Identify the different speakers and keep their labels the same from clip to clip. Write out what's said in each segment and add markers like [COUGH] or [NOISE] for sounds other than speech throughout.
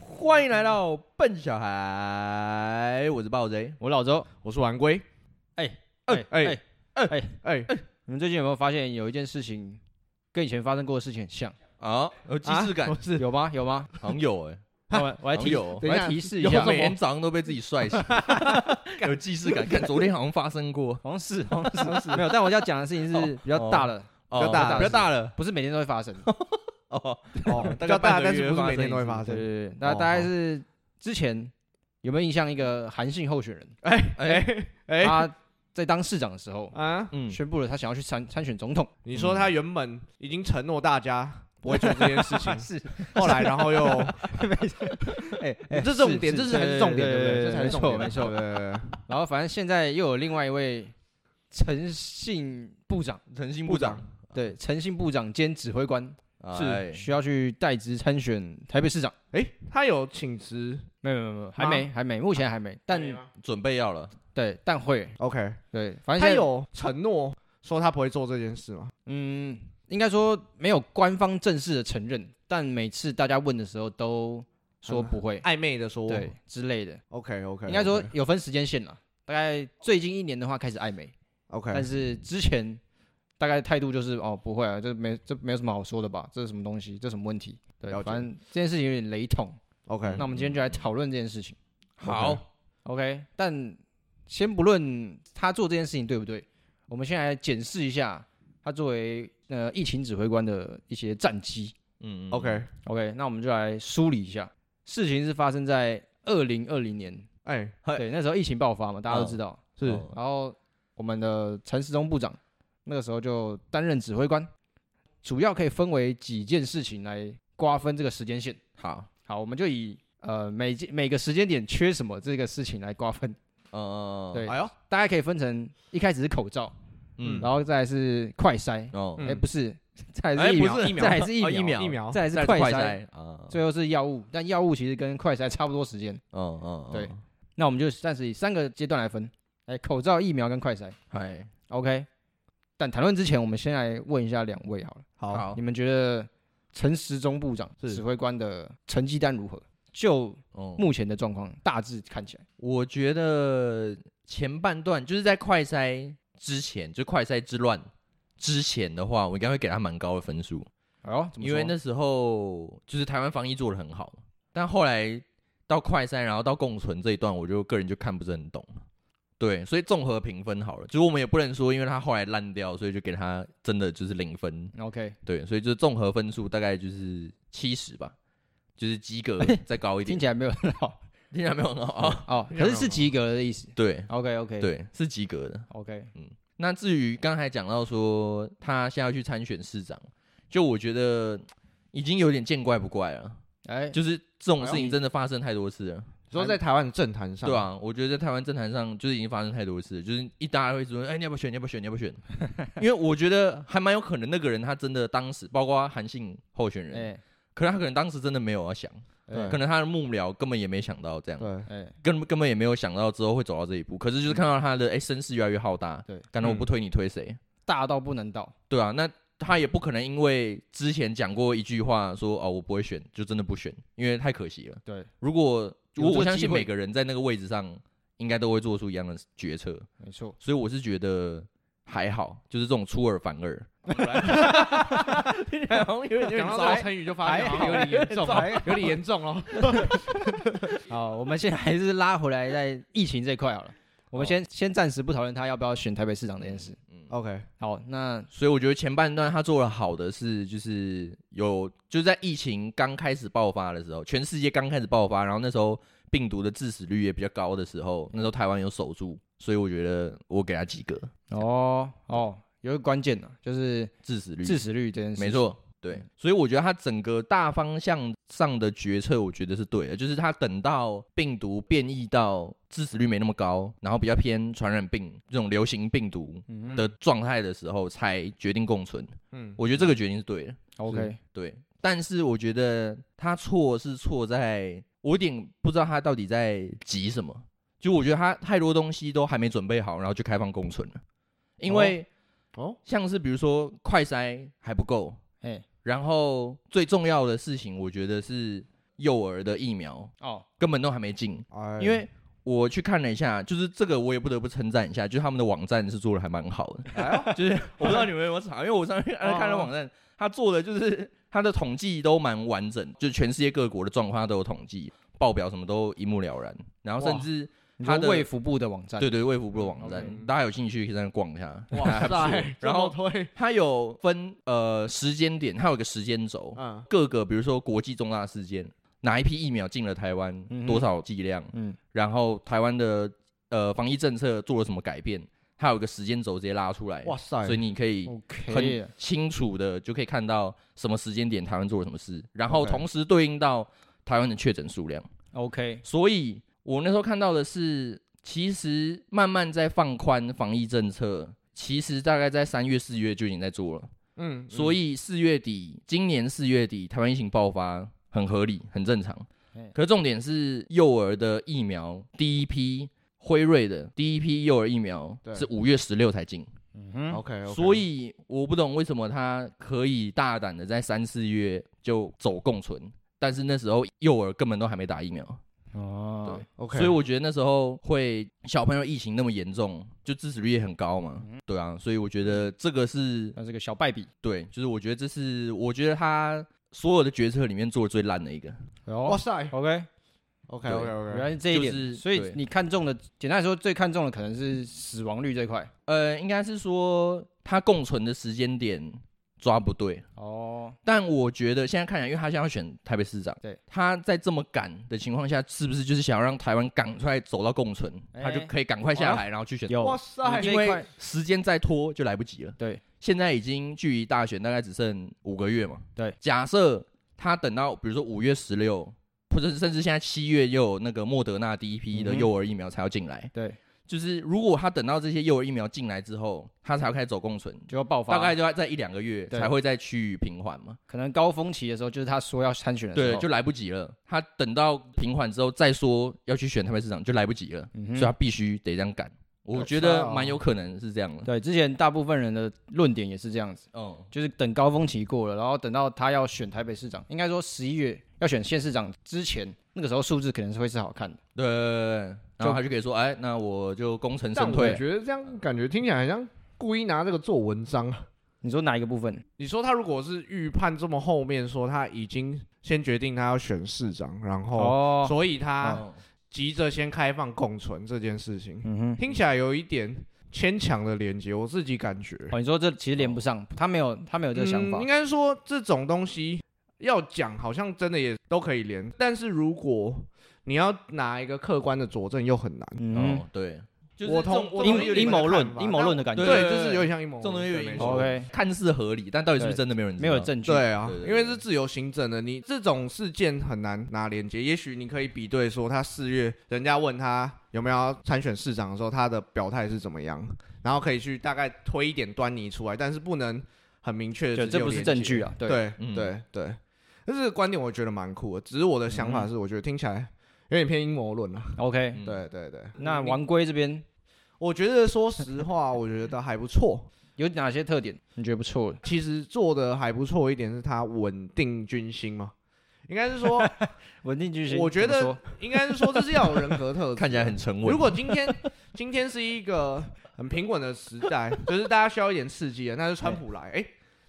Speaker 1: 欢迎来到笨小孩，我是暴贼，
Speaker 2: 我老周，
Speaker 1: 我是晚归。
Speaker 2: 哎
Speaker 1: 哎
Speaker 2: 哎哎，
Speaker 1: 哎、
Speaker 2: 你们最近有没有发现有一件事情跟以前发生过的事情很像？
Speaker 1: 啊，有即视
Speaker 2: [LAUGHS]
Speaker 1: 感，
Speaker 3: 不是
Speaker 2: 有吗？有吗？
Speaker 1: 好像有哎、
Speaker 2: 我来我来
Speaker 1: 好像
Speaker 2: 提，
Speaker 1: 有
Speaker 2: 我
Speaker 3: 等一
Speaker 2: 来
Speaker 3: 下
Speaker 2: 提示一
Speaker 1: 有
Speaker 2: 下，
Speaker 1: 每天早上都被自己帅醒，有即视感。看昨天好像发生过，
Speaker 2: 好像是，好像是没有。但我要讲的事情是 [LAUGHS] 比较大的，
Speaker 1: 哦
Speaker 3: 比较大
Speaker 1: 比较大了
Speaker 2: 不是每天都会发生。
Speaker 1: [LAUGHS] 哦，
Speaker 3: 哦，
Speaker 1: 大
Speaker 3: 比
Speaker 1: 概
Speaker 3: 较
Speaker 1: 半
Speaker 3: 大，
Speaker 1: 个
Speaker 3: 但是
Speaker 1: 月
Speaker 3: 不是
Speaker 1: 发
Speaker 3: 每
Speaker 1: 生
Speaker 3: 天都
Speaker 1: 一
Speaker 3: 会
Speaker 1: 次
Speaker 3: 发
Speaker 2: [LAUGHS] 对
Speaker 3: 生。
Speaker 2: 对对，那
Speaker 1: 哦
Speaker 2: 大概是之前有没有印象一个韩姓候选人？
Speaker 1: 哎、
Speaker 3: 哎
Speaker 2: 他在当市长的时候，
Speaker 3: 啊，
Speaker 1: 嗯，
Speaker 2: 宣布了他想要去参参选总统，
Speaker 3: 你说他原本已经承诺大家不会做这件事情，
Speaker 2: 是，
Speaker 3: 后来然后又
Speaker 2: [LAUGHS] 哎
Speaker 3: 这是重点，这是
Speaker 2: 是
Speaker 3: 才是重点，对不对？这才
Speaker 2: 没
Speaker 3: 是重
Speaker 2: 错
Speaker 3: 点，
Speaker 2: 没错。
Speaker 3: 对
Speaker 2: [LAUGHS]
Speaker 3: 对对
Speaker 2: 啊然后反正现在又有另外一位诚信部长，
Speaker 1: 诚信部长
Speaker 2: 对，诚信部长兼指挥官
Speaker 1: 哎
Speaker 2: 需要去代职参选台北市长。
Speaker 3: 对。哎，他有请辞
Speaker 2: 没有没有没有，还没还没，目前还没，但
Speaker 1: 准备要了，
Speaker 2: 对，但会
Speaker 3: ，OK，
Speaker 2: 对，反正
Speaker 3: 他
Speaker 2: 现在
Speaker 3: 有承诺说他不会做这件事吗？
Speaker 2: 嗯，应该说没有官方正式的承认，但每次大家问的时候都说不会，
Speaker 3: 暧昧的说，
Speaker 2: 对之类的，
Speaker 3: ，OK OK，
Speaker 2: 应该说有分时间线了。大概最近一年的话开始暧昧，但
Speaker 3: OK，
Speaker 2: 是之前大概态度就是哦不会啊，这没这没有什么好说的吧，这是什么东西，这什么问题？对
Speaker 3: 了，解嗯
Speaker 2: 反正这件事情有点雷同。
Speaker 3: OK，
Speaker 2: 那我们今天就来讨论这件事情。
Speaker 1: 好
Speaker 2: OK，但先不论他做这件事情对不对，我们先来检视一下他作为呃疫情指挥官的一些战绩。
Speaker 1: 嗯嗯
Speaker 3: OK，
Speaker 2: OK，那我们就来梳理一下，事情是发生在二零二零年，
Speaker 3: 哎，
Speaker 1: 哎
Speaker 2: 对，那时候疫情爆发嘛，大家都知道。
Speaker 3: 是
Speaker 1: 哦
Speaker 2: 然后我们的陈时中部长那个时候就担任指挥官，主要可以分为几件事情来瓜分这个时间线。
Speaker 1: 好，
Speaker 2: 好，我们就以呃每件每个时间点缺什么这个事情来瓜分。
Speaker 1: 嗯，
Speaker 2: 对
Speaker 3: 哎呦，
Speaker 2: 大家可以分成一开始是口罩，
Speaker 1: 嗯，
Speaker 2: 然后再来是快筛，
Speaker 1: 哦，
Speaker 3: 嗯
Speaker 2: 哎、不是，再来
Speaker 1: 哎
Speaker 2: 是疫苗，
Speaker 1: 不是
Speaker 2: 再来是疫苗，
Speaker 1: 哦疫苗
Speaker 3: 疫苗
Speaker 2: 再来
Speaker 1: 再
Speaker 2: 是
Speaker 1: 来
Speaker 2: 快
Speaker 1: 快
Speaker 2: 筛，
Speaker 1: 啊，
Speaker 2: 最后是药物。但药物其实跟快筛差不多时间，
Speaker 1: 嗯嗯，
Speaker 2: 对，那我们就暂时以三个阶段来分，哎、口罩、疫苗跟快筛
Speaker 1: 哎，
Speaker 2: ，OK。但谈论之前，我们先来问一下两位好了，
Speaker 3: 好，
Speaker 2: 你们觉得陈时中部长
Speaker 3: 是
Speaker 2: 指挥官的成绩单如何？就
Speaker 1: 嗯，
Speaker 2: 目前的状况，大致看起来，
Speaker 1: 我觉得前半段就是在快筛之前，就快筛之乱之前的话，我应该会给他蛮高的分数，
Speaker 2: 哎呦，怎么
Speaker 1: 因为
Speaker 2: 说
Speaker 1: 那时候就是台湾防疫做的很好，但后来到快筛，然后到共存这一段，我就个人就看不是很懂。对，所以综合评分好了，就是我们也不能说，因为他后来烂掉，所以就给他真的就是零分。
Speaker 2: OK，
Speaker 1: 对，所以就是综合分数大概就是七十吧，就是及格再高一
Speaker 2: 哎
Speaker 1: 点
Speaker 2: 听。起来没有很好
Speaker 1: 听起来没有很好啊？ [LAUGHS]
Speaker 2: 哦，
Speaker 3: 听起来没
Speaker 2: 可是
Speaker 3: 有
Speaker 2: 是
Speaker 3: 很
Speaker 2: 及格的意思。
Speaker 1: 对
Speaker 2: OK OK
Speaker 1: 对，是及格的。
Speaker 2: OK，
Speaker 1: 那至于刚才讲到说他现在要去参选市长，就我觉得已经有点见怪不怪了，
Speaker 2: 哎，
Speaker 1: 就是这种事
Speaker 2: 哎
Speaker 1: 情
Speaker 2: 呦
Speaker 1: 真的发生太多次了，
Speaker 3: 你说在台湾的政坛上，
Speaker 1: 对，啊，我觉得在台湾政坛上就是已经发生太多次了，就是一大家会说，哎，你要不要选？你要不要选？你要
Speaker 3: [LAUGHS]
Speaker 1: 不要选？因为我觉得还蛮有可能那个人他真的当时，包括韩信候选人，
Speaker 2: 哎
Speaker 1: 可能他可能当时真的没有要想，
Speaker 3: 对
Speaker 1: 可能他的幕僚根本也没想到这样。
Speaker 3: 对，
Speaker 2: 哎，
Speaker 1: 根根本也没有想到之后会走到这一步，可是就是看到他的哎声势越来越浩大，
Speaker 2: 对
Speaker 1: 感觉我
Speaker 3: 嗯
Speaker 1: 不推你推谁？
Speaker 2: 大到不能倒。
Speaker 1: 对啊，那他也不可能因为之前讲过一句话说哦我不会选，就真的不选，因为太可惜了。
Speaker 2: 对，
Speaker 1: 如果
Speaker 2: 有
Speaker 1: 我
Speaker 2: 这个
Speaker 1: 我相
Speaker 2: 机
Speaker 1: 信
Speaker 2: 会
Speaker 1: 每个人在那个位置上应该都会做出一样的决策，
Speaker 2: 没错。
Speaker 1: 所以我是觉得还好，就是这种出尔反尔。
Speaker 3: 有点
Speaker 2: 点
Speaker 3: 讲到哎
Speaker 2: 糟
Speaker 3: 这个成语就发现
Speaker 2: 还
Speaker 3: 好
Speaker 2: 有点严重哦
Speaker 3: 糟有点严重哦。
Speaker 2: [LAUGHS] 好，我们现在还是拉回来在疫情这一块好了。我们先先暂时不讨论他要不要选台北市长这件事。
Speaker 3: OK，
Speaker 2: 好，那
Speaker 1: 所以我觉得前半段他做的好的是，就是有就是在疫情刚开始爆发的时候，全世界刚开始爆发，然后那时候病毒的致死率也比较高的时候，那时候台湾有守住，所以我觉得我给他及格
Speaker 2: 哦哦，有一个关键呢，就是
Speaker 1: 致死率，
Speaker 2: 致死率这件事。嗯
Speaker 1: 没，错，对，所以我觉得他整个大方向上的决策，我觉得是对的，就是他等到病毒变异到致死率没那么高，然后比较偏传染病这种流行病毒
Speaker 2: 嗯
Speaker 1: 的状态的时候，才决定共存，
Speaker 3: 嗯，
Speaker 1: 我觉得这个决定是对的。
Speaker 2: ，OK，
Speaker 1: 对，但是我觉得他错是错在，我有点不知道他到底在急什么。就我觉得他太多东西都还没准备好，然后就开放公存了，因为
Speaker 3: 哦，
Speaker 1: 像是比如说快筛还不够，
Speaker 2: 哎，
Speaker 1: 然后最重要的事情，我觉得是幼儿的疫苗
Speaker 2: 哦，
Speaker 1: 根本都还没进，
Speaker 3: 哎
Speaker 1: 因为我去看了一下，就是这个我也不得不称赞一下，就是他们的网站是做的还蛮好的，
Speaker 3: 哎呦
Speaker 1: [LAUGHS] 就是我不知道你们有没有查，因哦为我上去看了网站，他做的就是他的统计都蛮完整，就是全世界各国的状况他都有统计，报表什么都一目了然，然后甚至
Speaker 2: 你
Speaker 1: 他
Speaker 2: 说
Speaker 1: 的
Speaker 2: 卫福部的网站，
Speaker 1: 对对卫福部的网站
Speaker 3: OK，
Speaker 1: 大家有兴趣可以在那逛一下， [LAUGHS] 还
Speaker 3: 哇
Speaker 1: 还不错
Speaker 3: 塞，
Speaker 1: 然后
Speaker 3: 这么推，
Speaker 1: 它有分呃时间点，它有一个时间轴，
Speaker 3: 嗯，
Speaker 1: 各个比如说国际重大事件，哪一批疫苗进了台湾，
Speaker 2: 嗯哼
Speaker 1: 多少剂量，
Speaker 2: 嗯，
Speaker 1: 然后台湾的呃防疫政策做了什么改变，它有一个时间轴直接拉出来，
Speaker 3: 哇塞哦
Speaker 1: 所以，你可以
Speaker 2: OK，
Speaker 1: 很清楚的就可以看到什么时间点台湾做了什么事，然后
Speaker 3: OK
Speaker 1: 同时对应到台湾的确诊数量。
Speaker 2: OK，
Speaker 1: 所以我那时候看到的是，其实慢慢在放宽防疫政策，其实大概在三月、四月就已经在做了。
Speaker 3: 嗯，
Speaker 1: 所以四月底，今年四月底台湾疫情爆发很合理、很正常
Speaker 2: 嗯。
Speaker 1: 可是重点是幼儿的疫苗，第一批辉瑞的第一批幼儿疫苗
Speaker 3: 对
Speaker 1: 是五月十六才进，
Speaker 2: 嗯
Speaker 3: 嗯
Speaker 2: 哼，
Speaker 3: OK，
Speaker 1: 所以我不懂为什么他可以大胆的在三四月就走共存，但是那时候幼儿根本都还没打疫苗。
Speaker 2: 哦，
Speaker 3: OK，
Speaker 1: 所以我觉得那时候会小朋友疫情那么严重，就致死率也很高嘛。
Speaker 3: 嗯
Speaker 1: 对啊，所以我觉得这个是
Speaker 2: 那是个小败笔，
Speaker 1: 对，就是我觉得这是我觉得他所有的决策里面做的最烂的一个。
Speaker 2: 哦
Speaker 3: 哇塞
Speaker 2: OK，
Speaker 3: ，OK OK
Speaker 2: 原
Speaker 3: OK，
Speaker 2: 来是这一点，
Speaker 1: 就是
Speaker 2: 所以
Speaker 1: 对
Speaker 2: 你看中的，简单来说，最看重的可能是死亡率这一块。
Speaker 1: 呃，应该是说他共存的时间点抓不对，
Speaker 2: 哦，
Speaker 1: 但我觉得现在看起来，因为他现在要选台北市长，
Speaker 2: 对，
Speaker 1: 他在这么赶的情况下，是不是就是想要让台湾赶快走到共存，
Speaker 2: 哎
Speaker 1: 他就可以赶快下来，然后去选？
Speaker 2: 有
Speaker 3: 哇，塞，
Speaker 1: 因
Speaker 2: 这一
Speaker 1: 为
Speaker 2: 块
Speaker 1: 时间再拖就来不及了。
Speaker 2: 对，
Speaker 1: 现在已经距离大选大概只剩五个月嘛。
Speaker 2: 对，
Speaker 1: 假设他等到比如说五月十六，或者是甚至现在七月又有那个莫德纳第一批的
Speaker 2: 嗯哼
Speaker 1: 幼儿疫苗才要进来，
Speaker 2: 对，
Speaker 1: 就是如果他等到这些幼儿疫苗进来之后，他才要开始走共存，
Speaker 2: 就要爆发，
Speaker 1: 大概就要在一两个月
Speaker 2: 对
Speaker 1: 才会再趋于平缓嘛。
Speaker 2: 可能高峰期的时候，就是他说要参选的时
Speaker 1: 对，
Speaker 2: 候，
Speaker 1: 就来不及了。他等到平缓之后再说要去选台北市长就来不及了，
Speaker 2: 嗯
Speaker 1: 所
Speaker 2: 哼
Speaker 1: 以他必须得这样赶。我觉
Speaker 3: 好
Speaker 1: 得
Speaker 3: 惨哦
Speaker 1: 蛮有可能是这样的。
Speaker 2: 对，之前大部分人的论点也是这样子，
Speaker 1: 嗯，
Speaker 2: 就是等高峰期过了，然后等到他要选台北市长，应该说十一月要选县市长之前，那个时候数字可能是会是好看的。
Speaker 1: 对对对对，然后他就可以说，哎，那我就功成
Speaker 3: 但
Speaker 1: 身
Speaker 3: 我
Speaker 1: 退。
Speaker 3: 觉得这样感觉听起来好像故意拿这个做文章。啊
Speaker 2: 你说哪一个部分？
Speaker 3: 你说他如果是预判这么后面说他已经先决定他要选市长，然后
Speaker 2: 哦，
Speaker 3: 所以他
Speaker 1: 哦
Speaker 3: 急着先开放共存这件事情，
Speaker 2: 嗯哼，
Speaker 3: 听起来有一点牵强的连接，我自己感觉。
Speaker 2: 哦，你说这其实连不上，他没有他没有这个想法
Speaker 3: 嗯、应，该说这种东西要讲，好像真的也都可以连，但是如果你要拿一个客观的佐证又很难。
Speaker 2: 嗯
Speaker 1: 哦，对，就是
Speaker 3: 我
Speaker 1: 这
Speaker 3: 同
Speaker 1: 种
Speaker 3: 我
Speaker 1: 这
Speaker 2: 阴
Speaker 1: 种
Speaker 3: 同意
Speaker 1: 有
Speaker 2: 阴
Speaker 1: 点
Speaker 2: 阴谋
Speaker 3: 看
Speaker 2: 论
Speaker 3: 法
Speaker 2: 阴谋论的感觉
Speaker 1: 对。
Speaker 3: 对，这是有点像阴谋论，
Speaker 1: 这种东西有
Speaker 3: 对
Speaker 1: 点
Speaker 3: 没
Speaker 1: 阴谋
Speaker 3: 错
Speaker 1: 论
Speaker 2: OK，
Speaker 1: 看似合理，但到底是不是真的没有人知
Speaker 2: 没
Speaker 1: 道
Speaker 2: 有证据。
Speaker 3: 对啊
Speaker 1: 对，对
Speaker 3: 因为
Speaker 1: 对
Speaker 3: 是自由行政的，你这种事件很难拿连接。也许你可以比对说，他四月人家问他有没有要参选市长的时候，他的表态是怎么样，然后可以去大概推一点端倪出来，但是不能很明确
Speaker 2: 对，
Speaker 3: 的。
Speaker 2: 这不是证据。啊。对，
Speaker 3: 对
Speaker 1: 嗯
Speaker 3: 对对，但是观点我觉得蛮酷的，只是我的想法
Speaker 2: 嗯
Speaker 3: 是，我觉得听起来有点偏阴谋论了。
Speaker 2: OK，
Speaker 1: 嗯
Speaker 3: 对对对，
Speaker 2: 那
Speaker 3: 你
Speaker 2: 王龟这边
Speaker 3: 我觉得说实话，我觉得还不错。
Speaker 2: 有哪些特点？你觉得不错的？
Speaker 3: 其实做的还不错一点是它稳定军心嘛，应该是说
Speaker 2: 稳定军心，
Speaker 3: 我觉
Speaker 2: 怎么
Speaker 3: 得
Speaker 2: 说
Speaker 3: 应该是说这是要有人格
Speaker 2: [LAUGHS]
Speaker 3: 特质的，
Speaker 1: 看起来很沉稳。
Speaker 3: 如果今天今天是一个很平稳的时代， [LAUGHS] 就是大家需要一点刺激的，那就川普来。哎、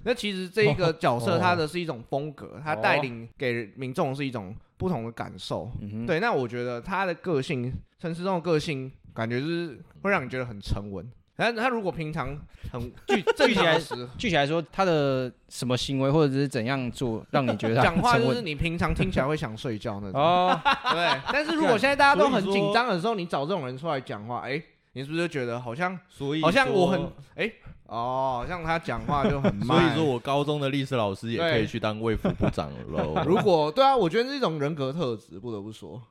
Speaker 3: 那其实这一
Speaker 2: 哦
Speaker 3: 个角色他的是一种风格，他带领给民众是一种不同的感受。
Speaker 2: 嗯哼，
Speaker 3: 对，那我觉得他的个性，陈思忠的个性，感觉就是会让你觉得很沉稳。但他如果平常很
Speaker 2: [LAUGHS]
Speaker 3: 具正
Speaker 2: 具体
Speaker 3: 常
Speaker 2: 来
Speaker 3: 的时
Speaker 2: 具体来说，他的什么行为或者是怎样做，让你觉得他
Speaker 3: 讲话，
Speaker 2: 啊很沉
Speaker 3: 就
Speaker 2: 稳 [LAUGHS]
Speaker 3: 是你平常听起来会想睡觉那种。
Speaker 2: 哦，
Speaker 3: [LAUGHS] 对，但是如果现在大家都
Speaker 1: 所以
Speaker 3: 很
Speaker 1: 说
Speaker 3: 紧张的时候，你找这种人出来讲话，哎、你是不是就觉得好像
Speaker 1: 所以
Speaker 3: 好像我很
Speaker 1: 说
Speaker 3: 哎、哦，像他讲话就 [LAUGHS] 很
Speaker 1: 所
Speaker 3: 慢。。
Speaker 1: 以说我高中的历史老师也可以去当卫副部长喽 [LAUGHS]
Speaker 3: 如果对啊，我觉得是一种人格特质，不得不说。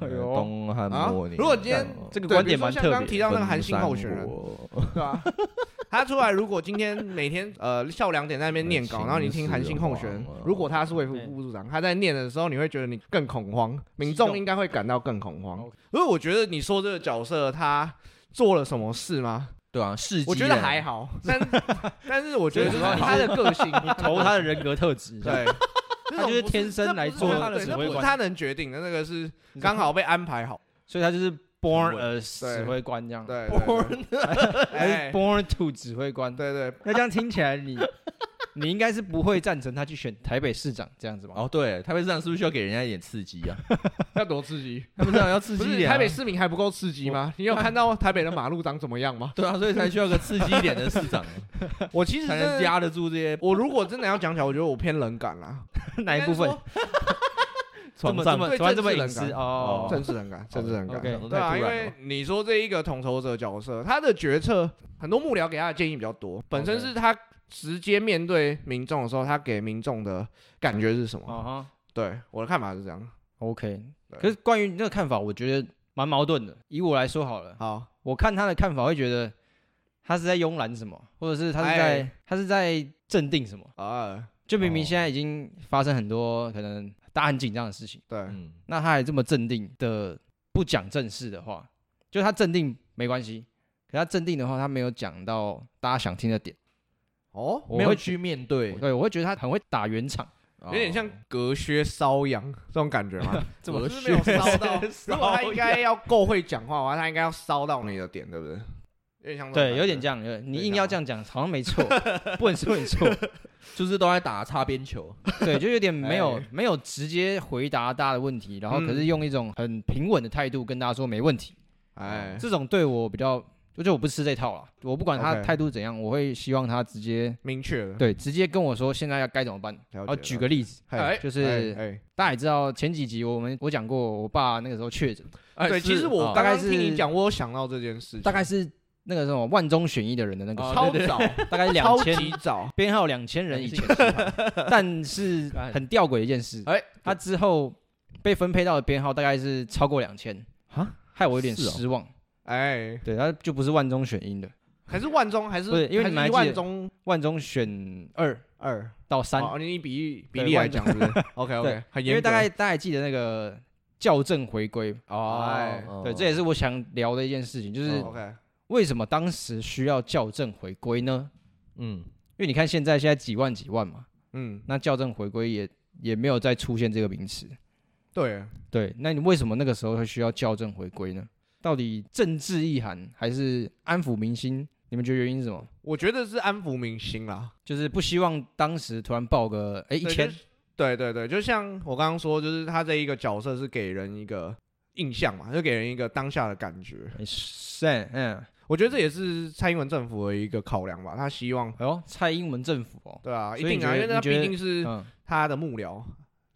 Speaker 2: 哎呦
Speaker 1: 东汉
Speaker 2: 嗯
Speaker 3: 啊
Speaker 1: 末年，
Speaker 3: 如果今天
Speaker 2: 这个
Speaker 3: 对
Speaker 2: 观
Speaker 3: 比如
Speaker 2: 点
Speaker 3: 说
Speaker 2: 蛮
Speaker 3: 像
Speaker 2: 特
Speaker 3: 刚刚
Speaker 2: 别
Speaker 3: 提
Speaker 2: 的。
Speaker 3: 到那个韩信候选人，
Speaker 1: 人，
Speaker 3: 对啊， [LAUGHS] 他出来如果今天每天呃下午两点在那边念稿，
Speaker 1: 秦
Speaker 3: 然后你听韩信候选
Speaker 1: 始
Speaker 3: 人
Speaker 1: 皇啊，
Speaker 3: 如果他是卫副部长，他在念的时候，你会觉得你更恐慌，民众应该会感到更恐慌。所以我觉得你说这个角色他做了什么事吗？
Speaker 1: 对啊，事迹
Speaker 3: 我觉得
Speaker 1: 啊
Speaker 3: 还 [LAUGHS] 好，但但是我觉得
Speaker 2: 最
Speaker 3: 就
Speaker 2: 主要
Speaker 3: 是
Speaker 2: 你
Speaker 3: 他的个性，
Speaker 2: 投他的人格特
Speaker 3: [LAUGHS]
Speaker 2: 质，
Speaker 3: 对，这
Speaker 2: 他
Speaker 3: 种
Speaker 2: 就是
Speaker 3: 不
Speaker 2: 天生
Speaker 3: 这
Speaker 2: 来
Speaker 3: 不是
Speaker 2: 做
Speaker 3: 他
Speaker 2: 的
Speaker 3: 对
Speaker 2: 指
Speaker 3: 这
Speaker 2: 挥
Speaker 3: 不是
Speaker 2: 官
Speaker 3: 他能决定的，那个是刚好被安排好。
Speaker 2: 所以他就是 born
Speaker 1: 指挥
Speaker 2: as
Speaker 3: 对
Speaker 2: 指挥官这样，
Speaker 3: 对，对对
Speaker 1: Born
Speaker 2: 还是
Speaker 3: 哎
Speaker 2: born to 指挥官。
Speaker 3: 对对，
Speaker 2: [LAUGHS] 那这样听起来你， [LAUGHS] 你应该是不会赞成他去选台北市长这样子吧？
Speaker 1: 哦，对，台北市长是不是需要给人家一点刺激啊？
Speaker 3: 要多刺激！
Speaker 1: 台北市长要刺
Speaker 3: 不
Speaker 1: 激一
Speaker 3: 是
Speaker 1: 点、啊，？
Speaker 3: 台北市民还不够刺激吗？你有看到台北的马路长怎么样吗
Speaker 1: 对啊，所以才需要个刺激一点的市长，啊
Speaker 3: 我其实 [LAUGHS]
Speaker 1: 才
Speaker 3: 真
Speaker 1: 能
Speaker 3: 的，
Speaker 1: 压得住这些
Speaker 3: 我如果真的要讲起来，我觉得我偏冷感啦，
Speaker 2: [LAUGHS] 哪一部分
Speaker 3: 应？
Speaker 2: 这
Speaker 1: 床
Speaker 2: 么这
Speaker 1: 上
Speaker 2: 么
Speaker 3: 对
Speaker 2: 突然这
Speaker 3: 政
Speaker 2: 么
Speaker 3: 治
Speaker 2: 隐
Speaker 3: 冷
Speaker 2: 私
Speaker 3: 感
Speaker 2: 哦
Speaker 3: 该说？政治冷感，政治冷感。
Speaker 2: OK
Speaker 1: 想得
Speaker 3: 对
Speaker 1: 太
Speaker 3: 啊，
Speaker 1: 突
Speaker 3: 因
Speaker 1: 然
Speaker 3: 为
Speaker 1: 了。
Speaker 3: 你说这一个统筹者角色，他的决策很多幕僚给他的建议比较多，本身
Speaker 2: OK
Speaker 3: 是他直接面对民众的时候，他给民众的感觉是什么？
Speaker 2: 哦哈
Speaker 3: 对我的看法是这样。
Speaker 2: ，OK。
Speaker 3: 对
Speaker 2: 可是关于你这个看法，我觉得蛮矛盾的。以我来说好了，
Speaker 3: 好，
Speaker 2: 我看他的看法会觉得他是在慵懒什么，或者是他是在
Speaker 3: 哎
Speaker 2: 他是在镇定什么。
Speaker 3: 啊，
Speaker 2: 就明明
Speaker 1: 哦
Speaker 2: 现在已经发生很多可能大家很紧张的事情，
Speaker 3: 对，
Speaker 1: 嗯，
Speaker 2: 那他还这么镇定的不讲正事的话，就他镇定没关系，可他镇定的话，他没有讲到大家想听的点。
Speaker 3: 哦，
Speaker 2: 我
Speaker 1: 没有
Speaker 2: 会
Speaker 1: 去面对，
Speaker 2: 对，我会觉得他很会打圆场。
Speaker 1: 有
Speaker 3: 有点像隔靴搔痒这种感觉吗？
Speaker 1: 怎么
Speaker 3: 我是没有搔到？ [LAUGHS] 如果他应该要够会讲话的话，他应该要搔到你的点，对不对？有点像这种
Speaker 2: 对，有
Speaker 3: 感
Speaker 2: 点
Speaker 3: 觉
Speaker 2: 这样，有点你
Speaker 3: 对
Speaker 2: 硬
Speaker 3: 这
Speaker 2: 要
Speaker 3: 样
Speaker 2: 这样讲，好像没
Speaker 3: [LAUGHS]
Speaker 2: 错，不能说你错。
Speaker 1: 就是都在打擦边球，
Speaker 2: 对，就有点没有
Speaker 3: 哎
Speaker 2: 没有直接回答大家的问题，然后可是
Speaker 3: 嗯
Speaker 2: 用一种很平稳的态度跟大家说没问题。
Speaker 3: 哎，
Speaker 2: 这种对我比较，我觉得我不吃这套了。我不管他
Speaker 3: OK
Speaker 2: 态度怎样，我会希望他直接
Speaker 3: 明确了。
Speaker 2: 对直接跟我说现在要该怎么办。
Speaker 3: 对
Speaker 2: 然后举个例子，
Speaker 3: 哎，
Speaker 2: 就是
Speaker 3: 哎哎，
Speaker 2: 大家也知道前几集我们我讲过，我爸那个时候确诊，
Speaker 1: 哎
Speaker 3: 对，
Speaker 1: 是
Speaker 3: 其实我
Speaker 1: 哦
Speaker 3: 刚
Speaker 2: 大
Speaker 3: 刚
Speaker 2: 概是
Speaker 3: 听你讲，我有想到这件事情，
Speaker 2: 大概是那个什么万中选一的人的那个时
Speaker 1: 哦
Speaker 2: 候，
Speaker 3: 超
Speaker 2: [LAUGHS]
Speaker 3: 早，
Speaker 2: 大概两
Speaker 3: 超
Speaker 2: 千
Speaker 3: 级早，
Speaker 2: 编号两千人以前，但是很吊诡的一件事，
Speaker 1: 哎
Speaker 2: 他之后被分配到的编号大概是超过两千，
Speaker 1: 啊，
Speaker 2: 害我有点
Speaker 1: 是哦
Speaker 2: 失望。
Speaker 3: 哎，
Speaker 2: 对，他就不是万中选一的，
Speaker 3: 还是万中，还是
Speaker 2: 不是因为
Speaker 3: 还
Speaker 2: 你们还
Speaker 3: 是
Speaker 2: 记
Speaker 3: 万
Speaker 2: 得
Speaker 3: 中
Speaker 2: 万中选二
Speaker 3: 二
Speaker 2: 到三，
Speaker 3: 哦，你以比例比
Speaker 2: 对
Speaker 3: 例来
Speaker 2: 万
Speaker 3: 讲是不
Speaker 2: [LAUGHS]
Speaker 3: 是？OK
Speaker 2: 对
Speaker 3: OK，很
Speaker 2: 因
Speaker 3: 严
Speaker 2: 为
Speaker 3: 格，
Speaker 2: 大概大家还记得那个校正回归，
Speaker 3: 哎
Speaker 1: 哦
Speaker 2: 对，这也是我想聊的一件事情，就是
Speaker 1: 哦
Speaker 3: OK，
Speaker 2: 为什么当时需要校正回归呢？
Speaker 1: 嗯，
Speaker 2: 因为你看现在现在几万几万嘛，
Speaker 3: 嗯，
Speaker 2: 那校正回归也也没有再出现这个名词。
Speaker 3: 对，
Speaker 2: 对，那你为什么那个时候会需要校正回归呢？到底政治意涵还是安抚民心？你们觉得原因是什么？
Speaker 3: 我觉得是安抚民心啦，
Speaker 2: 就是不希望当时突然爆个哎一
Speaker 3: 对
Speaker 2: 千，
Speaker 3: 就是对对对，就像我刚刚说，就是他这一个角色是给人一个印象嘛，就给人一个当下的感觉。
Speaker 2: 哎三嗯，
Speaker 3: 我觉得这也是蔡英文政府的一个考量吧，他希望
Speaker 2: 哎呦，蔡英文政府哦，
Speaker 3: 对啊，一
Speaker 2: 所以你
Speaker 3: 定啊，
Speaker 2: 觉
Speaker 3: 因
Speaker 2: 得
Speaker 3: 为他
Speaker 2: 你觉
Speaker 3: 毕
Speaker 2: 得
Speaker 3: 竟是
Speaker 2: 嗯，
Speaker 3: 他的幕僚，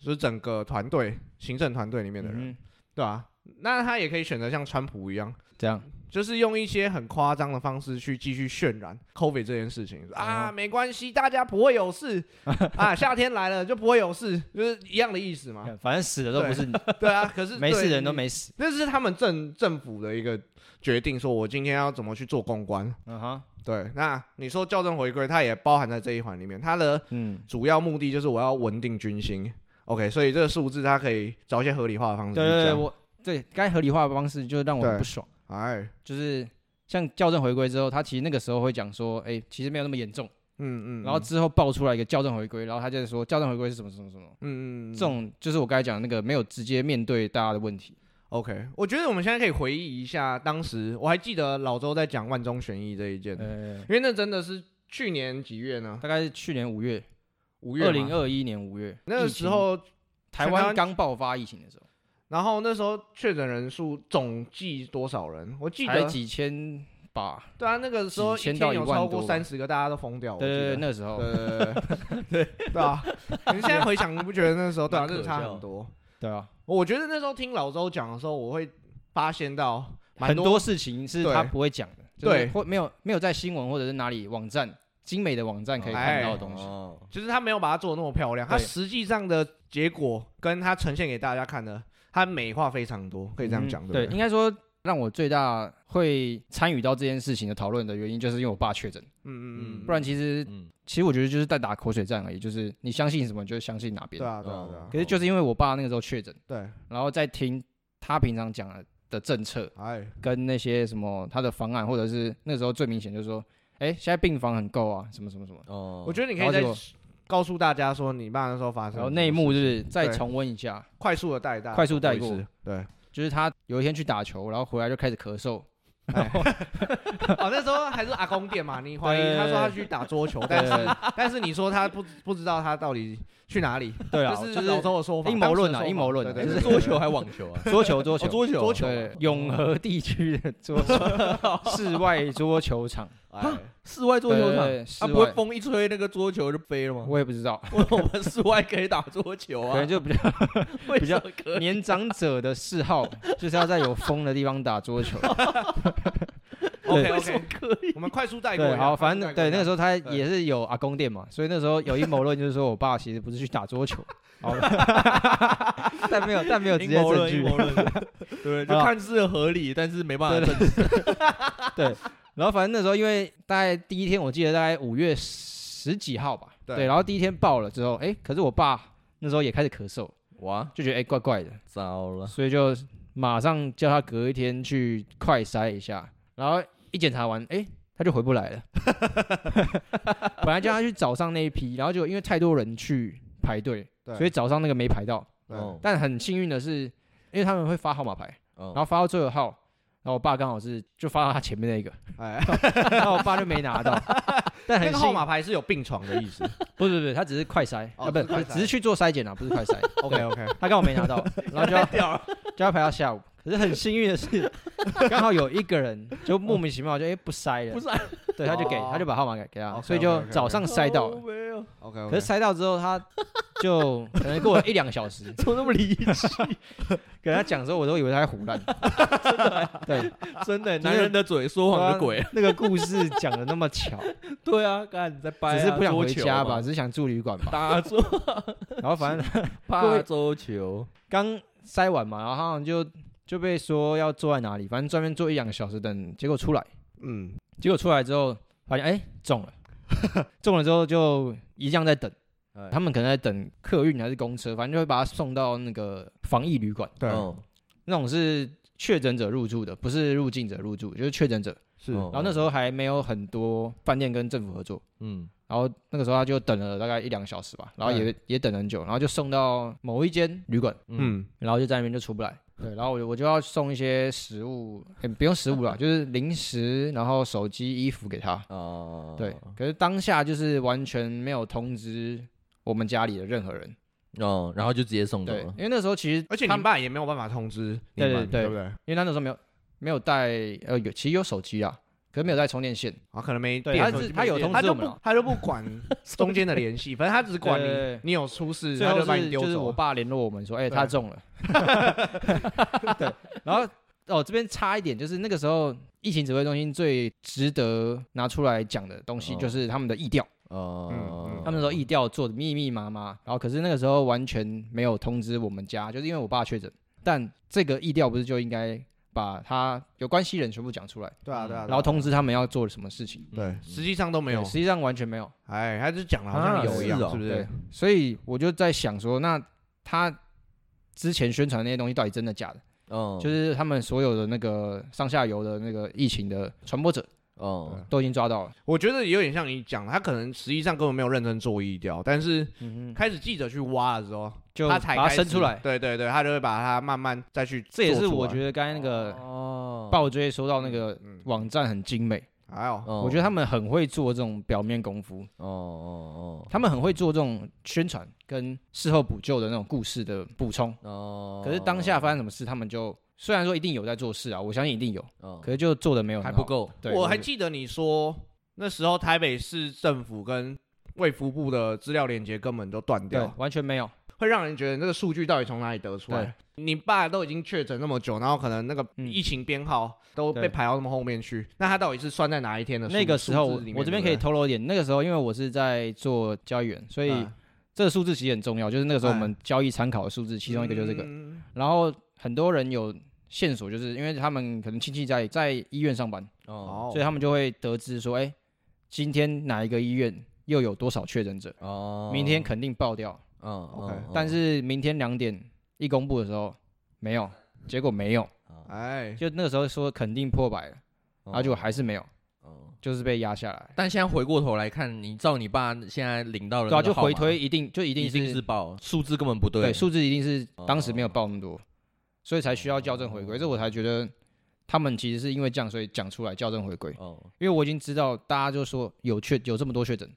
Speaker 3: 就是整个团队行政团队里面的人，
Speaker 2: 嗯哼
Speaker 3: 对啊，那他也可以选择像川普一样，
Speaker 2: 这样
Speaker 3: 就是用一些很夸张的方式去继续渲染 COVID 这件事情啊，
Speaker 2: 哦
Speaker 3: 没关系，大家不会有事 [LAUGHS] 啊，夏天来了就不会有事，就是一样的意思
Speaker 2: [LAUGHS]
Speaker 3: 嘛。
Speaker 2: 反正死的都不是你，
Speaker 3: 对啊，可是
Speaker 2: [LAUGHS] 没事
Speaker 3: 啊对
Speaker 2: 的人都
Speaker 3: 你
Speaker 2: 没死，
Speaker 3: 那是他们政政府的一个决定，说我今天要怎么去做公关。
Speaker 2: 嗯哈，
Speaker 3: 对，那你说校正回归，它也包含在这一环里面。它的
Speaker 2: 嗯，
Speaker 3: 主要目的就是我要稳定军心。OK，所以这个数字它可以找一些嗯合理化的方式
Speaker 2: 对
Speaker 3: 去
Speaker 2: 对对，
Speaker 3: 讲。
Speaker 2: 我对该合理化的方式就让我很
Speaker 3: 对
Speaker 2: 不爽，
Speaker 3: 哎，
Speaker 2: 就是像校正回归之后，他其实那个时候会讲说，哎，其实没有那么严重。
Speaker 3: 嗯嗯，
Speaker 2: 然后
Speaker 3: 嗯
Speaker 2: 之后爆出来一个校正回归，然后他就是说校正回归是什么什么什么，
Speaker 3: 嗯嗯嗯
Speaker 2: 这种就是我刚才讲的那个没有直接面对大家的问题。
Speaker 3: OK，我觉得我们现在可以回忆一下，当时我还记得老周在讲万中选一这一件，
Speaker 2: 呃，
Speaker 3: 因为那真的是去年几月呢？
Speaker 2: 大概是去年五月，
Speaker 3: 五月吗，
Speaker 2: 二零二一年五月
Speaker 3: 那个
Speaker 2: 疫情
Speaker 3: 时候
Speaker 2: 台
Speaker 3: 全台
Speaker 2: 湾
Speaker 3: 湾
Speaker 2: 刚爆发疫情的时候，
Speaker 3: 然后那时候确诊人数总计多少人？我记
Speaker 2: 才
Speaker 3: 得，
Speaker 2: 几千吧，
Speaker 3: 对啊，那个时候
Speaker 2: 几
Speaker 3: 一
Speaker 2: 千
Speaker 3: 天
Speaker 2: 到一
Speaker 3: 有
Speaker 2: 万
Speaker 3: 超
Speaker 2: 多
Speaker 3: 过
Speaker 2: 吧
Speaker 3: 三十个，大家都疯掉。我
Speaker 2: 对对对，
Speaker 3: 记得
Speaker 2: 那时候
Speaker 3: 对对对对对啊！你现在回想，你不觉得那时候对啊，
Speaker 1: 蛮
Speaker 3: 真的
Speaker 1: 可
Speaker 3: 差
Speaker 1: 笑
Speaker 3: 很多。
Speaker 2: 对啊，
Speaker 3: 我觉得那时候听老周讲的时候，我会发现到蛮
Speaker 2: 很多事情是
Speaker 3: 对
Speaker 2: 他不会讲的，就是
Speaker 3: 对
Speaker 2: 或没有没有在新闻或者是哪里网站精美的网站
Speaker 3: 哦
Speaker 2: 可以看
Speaker 3: 哎
Speaker 2: 到的东西。
Speaker 1: 西，
Speaker 3: 就是他没有把它做的那么漂亮，他
Speaker 2: 对
Speaker 3: 实际上的结果跟他呈现给大家看的，他美化非常多，可以这样讲，
Speaker 2: 嗯
Speaker 3: 对
Speaker 2: 对，
Speaker 3: 不
Speaker 2: 应？该说让我最大会参与到这件事情的讨论的原因，就是因为我爸确诊，
Speaker 3: 嗯嗯嗯，
Speaker 2: 不然其实
Speaker 1: 嗯，
Speaker 2: 其实我觉得就是在打口水战而已，就是你相信什么就相信哪边。
Speaker 3: 对啊对啊对啊
Speaker 2: 可是就是因为我爸那个时候确诊，
Speaker 3: 对，啊
Speaker 2: 然后再听他平常讲的政策
Speaker 3: 哎
Speaker 2: 跟那些什么他的方案，或者是那时候最明显就是说，哎，现在病房很够啊，什么什么什么。
Speaker 1: 哦，
Speaker 3: 我觉得你可以
Speaker 2: 然后
Speaker 3: 再
Speaker 2: 结果
Speaker 3: 告诉大家说你爸那时候发生
Speaker 2: 然
Speaker 3: 了什么
Speaker 2: 后哦内幕
Speaker 3: 事
Speaker 2: 就
Speaker 3: 情
Speaker 2: 是再
Speaker 3: 对啊
Speaker 2: 重温一下，
Speaker 3: 快速的带大，
Speaker 2: 快速带
Speaker 3: 一
Speaker 2: 过
Speaker 3: 次，对，
Speaker 2: [LAUGHS] 就是他有一天去打球，然后回来就开始咳嗽，
Speaker 3: 哦，那时候还是阿公店嘛，你怀疑他说他去打桌球，但是 [LAUGHS] 但是你说他不不知道他到底去哪里，[LAUGHS]
Speaker 2: 对啊，
Speaker 3: 这
Speaker 2: 就是
Speaker 3: 老周的说法，
Speaker 2: 阴谋论
Speaker 3: 当时的说
Speaker 2: 啊
Speaker 3: 法
Speaker 2: 阴谋论啊
Speaker 3: 对
Speaker 1: 是
Speaker 3: 对
Speaker 1: 桌球还网球啊？ [LAUGHS]
Speaker 2: 桌球桌
Speaker 1: 哦
Speaker 2: 球
Speaker 1: 桌球，
Speaker 3: 桌球
Speaker 2: 对，永和地区的桌
Speaker 1: 哦
Speaker 2: 球 [LAUGHS] 室外桌球场，
Speaker 3: 哎
Speaker 1: 室外桌球场
Speaker 2: 对对对，
Speaker 1: 啊，
Speaker 2: 室
Speaker 1: 不会
Speaker 2: 外
Speaker 1: 风一吹那个桌球就飞了吗？
Speaker 2: 我也不知道，
Speaker 1: 为什么室外可以打桌球
Speaker 2: 可
Speaker 1: 啊？
Speaker 2: 能就比较
Speaker 1: 为什么可以
Speaker 2: 年长者的嗜好，就是要在有风的地方打桌球。
Speaker 3: ，OK
Speaker 1: [LAUGHS] 为什么
Speaker 3: OK，
Speaker 1: 可以？
Speaker 3: 我们快速带过一
Speaker 2: 对，
Speaker 3: 下，
Speaker 2: 好，反正对那个时
Speaker 3: 候
Speaker 2: 候他
Speaker 3: 对
Speaker 2: 也是有阿公店嘛，所以那时候有阴谋论就是说我爸其实不是去打桌球，好， [LAUGHS] 但没有但没有直接证据
Speaker 1: 阴。谋论，阴谋论对，就
Speaker 2: 好
Speaker 1: 看似合理，但是没办法
Speaker 2: 对
Speaker 1: 证实。
Speaker 2: [LAUGHS] 然后反正那时候因为大概第一天我记得大概五月十几号吧，
Speaker 3: 对
Speaker 2: 对，然后第一天报了之后，哎，可是我爸那时候也开始咳嗽，
Speaker 1: 哇，
Speaker 2: 就觉得哎怪怪的，
Speaker 1: 糟了，
Speaker 2: 所以就马上叫他隔一天去快筛一下，然后一检查完，哎、他就回不来了。 [LAUGHS] 本来叫他去早上那一批，然后就因为太多人去排队，所以早上那个没排到。
Speaker 1: 哦
Speaker 2: 但很幸运的是，因为他们会发号码牌，
Speaker 1: 哦
Speaker 2: 然后发到最后号，然后我爸刚好是就发到他前面那一个，
Speaker 3: 哎，
Speaker 2: 然后我爸就没拿到。但很
Speaker 3: 那
Speaker 2: 幸
Speaker 3: 个号码牌是有病床的
Speaker 2: [LAUGHS]
Speaker 3: 意思
Speaker 2: 不是不是，他只是快筛
Speaker 3: 哦
Speaker 2: 啊，不
Speaker 3: 是快
Speaker 2: 是
Speaker 3: 筛
Speaker 2: 只是去做筛检啊，不是快筛。
Speaker 3: ，OK OK，
Speaker 2: 他刚好没拿到，然后就要
Speaker 1: 掉了，
Speaker 2: 就要排到下午。可是很幸运的是，刚好有一个人就莫名其妙就哎、不筛了，
Speaker 1: 不是
Speaker 2: 对，他就给
Speaker 3: 哦
Speaker 2: 他就把号码给给他，
Speaker 3: OK，OK，OK，
Speaker 2: 所以就早上筛到了。
Speaker 1: 没有？
Speaker 3: OK
Speaker 2: 可
Speaker 3: OK，
Speaker 2: 是筛到之后，他就可能过了一两个小时，
Speaker 1: 怎么那么离奇？
Speaker 2: 跟他讲的时候，我都以为他在胡乱。对，
Speaker 1: 真的，
Speaker 2: 就是
Speaker 1: 男人的嘴说谎的鬼。
Speaker 2: [LAUGHS] 那个故事讲的那么巧，
Speaker 1: 对啊，干你在 [LAUGHS] 掰啊，
Speaker 2: 只是不想回
Speaker 1: 桌球
Speaker 2: 家吧，
Speaker 1: 嘛
Speaker 2: 只，是想住旅馆吧。
Speaker 1: 打桌 [LAUGHS]
Speaker 2: 然后反正
Speaker 1: 怕桌球，
Speaker 2: 刚筛完嘛，然后他好像就就被说要坐在哪里，反正专门坐一两个小时等结果出来。
Speaker 3: 嗯，
Speaker 2: 结果出来之后发现，哎、中了， [LAUGHS] 中了之后就一样在等
Speaker 1: 哎，
Speaker 2: 他们可能在等客运还是公车，反正就会把他送到那个防疫旅馆，
Speaker 3: 对，
Speaker 1: 嗯
Speaker 2: 那种是确诊者入住的，不是入境者入住，就是确诊者。
Speaker 3: 是
Speaker 1: 哦
Speaker 2: 然后那时候还没有很多饭店跟政府合作，
Speaker 1: 嗯，
Speaker 2: 然后那个时候他就等了大概一两个小时吧，然后也也等很久，然后就送到某一间旅馆，
Speaker 1: 嗯，
Speaker 2: 然后就在那边就出不来。对，然后我就我就要送一些食物，哎不用食物啦，就是零食，然后手机、衣服给他。
Speaker 1: 哦，
Speaker 2: 对，可是当下就是完全没有通知我们家里的任何人，
Speaker 1: 哦，然后就直接送走
Speaker 2: 对
Speaker 1: 了，
Speaker 2: 因。为那时候其实
Speaker 3: 而且
Speaker 2: 他
Speaker 3: 你
Speaker 2: 们，
Speaker 3: 爸也没有办法通知你
Speaker 2: 对对
Speaker 3: 们，
Speaker 2: 对
Speaker 3: 对不对？
Speaker 2: 因为他那时候没有没有带呃有其实有手机啊，可是没有带充电线，
Speaker 3: 啊，可能没
Speaker 2: 对
Speaker 3: 电
Speaker 2: 他
Speaker 3: 手
Speaker 2: 是
Speaker 3: 机
Speaker 2: 他
Speaker 3: 没
Speaker 2: 有
Speaker 3: 电
Speaker 2: 通
Speaker 3: 他
Speaker 2: 知
Speaker 3: 就
Speaker 2: 我们啊
Speaker 3: 不
Speaker 2: 了
Speaker 3: 他就不管中间的联
Speaker 2: [LAUGHS]
Speaker 3: 系，反正他只管
Speaker 2: 对对
Speaker 3: 你
Speaker 2: 对
Speaker 3: 你有出事，
Speaker 2: 最
Speaker 3: 他
Speaker 2: 后
Speaker 3: 就把你
Speaker 2: 是
Speaker 3: 丢
Speaker 2: 就是我
Speaker 3: 走。啊
Speaker 2: 爸联络我们说，哎、
Speaker 3: 对啊
Speaker 2: 他中了， [LAUGHS] 对，然后哦这边差一点就是那个时候疫情指挥中心最值得拿出来讲的东西
Speaker 1: 哦
Speaker 2: 就是他们的疫调，
Speaker 1: 哦
Speaker 3: 嗯，
Speaker 2: 他们那时候疫调做的密密麻麻，然后可是那个时候完全没有通知我们家，就是因为我爸确诊。但这个疫调不是就应该把他有关系人全部讲出来，
Speaker 3: 对啊对啊，对啊
Speaker 2: 然后通知他们要做什么事情？
Speaker 3: 对，实际上都没有
Speaker 2: 对实，际上完全没有。
Speaker 3: 哎，他就讲了好像
Speaker 1: 啊
Speaker 3: 有一样
Speaker 1: 是哦，
Speaker 3: 是不是
Speaker 2: 对？，所以我就在想说，那他之前宣传那些东西到底真的假的？
Speaker 1: 哦，
Speaker 2: 就是他们所有的那个上下游的那个疫情的传播者
Speaker 1: 哦，
Speaker 2: 都已经抓到了。
Speaker 3: 我觉得有点像你讲的，他可能实际上根本没有认真做医疗，但是
Speaker 2: 嗯哼，
Speaker 3: 开始记者去挖的时候，
Speaker 2: 就
Speaker 3: 他
Speaker 2: 把
Speaker 3: 才
Speaker 2: 它
Speaker 3: 开始
Speaker 2: 生出来。
Speaker 3: 对对对，他就会把它慢慢再去做出
Speaker 2: 这
Speaker 3: 来。
Speaker 2: 也是我觉得刚才那个
Speaker 1: 哦
Speaker 2: 鲍追说到那个
Speaker 3: 嗯
Speaker 2: 网站很精美，
Speaker 3: 哎呦，
Speaker 1: 哦
Speaker 2: 我觉得他们很会做这种表面功夫，
Speaker 1: 哦哦
Speaker 2: 他们很会做这种宣传跟事后补救的那种故事的补充。
Speaker 1: 哦哦，
Speaker 2: 可是当下发生什么事，他们就虽然说一定有在做事啊，我相信一定有，
Speaker 1: 哦
Speaker 2: 可是就做的没有
Speaker 1: 还
Speaker 2: 很
Speaker 1: 不
Speaker 2: 好。
Speaker 1: 够，
Speaker 2: 对，
Speaker 3: 我还
Speaker 2: 就是
Speaker 3: 记得你说那时候台北市政府跟卫福部的资料连接根本都断
Speaker 2: 对
Speaker 3: 掉，
Speaker 2: 完全没有，
Speaker 3: 会让人觉得这个数据到底从哪里得出来
Speaker 2: 对？
Speaker 3: 你爸都已经确诊那么久，然后可能那个
Speaker 2: 嗯
Speaker 3: 疫情编号都被
Speaker 2: 对
Speaker 3: 排到那么后面去，那他到底是算在哪一天的数？
Speaker 2: 那个时候
Speaker 3: 数
Speaker 2: 我
Speaker 3: 字里面
Speaker 2: 我这边可以
Speaker 3: 对不
Speaker 2: 透露一点，那个时候因为我是在做交易员，所
Speaker 3: 对
Speaker 2: 以
Speaker 3: 嗯
Speaker 2: 这个数字其实很重要，就是那个时候我
Speaker 1: 哎
Speaker 2: 们交易参考的数字，其中一个就是这个。
Speaker 3: 嗯
Speaker 2: 然后很多人有线索，就是因为他们可能亲戚在在医院上班，
Speaker 3: 哦，
Speaker 1: 哦
Speaker 2: 所以他们就会得知说，哎，今天哪一个医院又有多少确诊者，
Speaker 1: 哦，
Speaker 2: 明天肯定爆掉。
Speaker 1: 嗯
Speaker 3: ，OK，
Speaker 1: 嗯，
Speaker 2: 但是明天两点一公布的时候，没有，结果没有，
Speaker 1: 嗯
Speaker 3: 哎，
Speaker 2: 就那个时候说肯定破百了，然后结果还是没有，
Speaker 1: 哦
Speaker 2: 就是被压下来。
Speaker 1: 但现在回过头来看，你照你爸现在领到的
Speaker 2: 对啊，
Speaker 1: 哦那
Speaker 2: 就
Speaker 1: 个号码，
Speaker 2: 回推一定就一定
Speaker 1: 一
Speaker 2: 是
Speaker 1: 定是报数字根本不对，
Speaker 2: 对数字一定是
Speaker 1: 哦
Speaker 2: 当时没有报那么多，所以才需要校正回归。这我才觉得他们其实是因为这样，所以讲出来校正回归。
Speaker 1: 哦，
Speaker 2: 因为我已经知道大家就说有确有这么多确诊，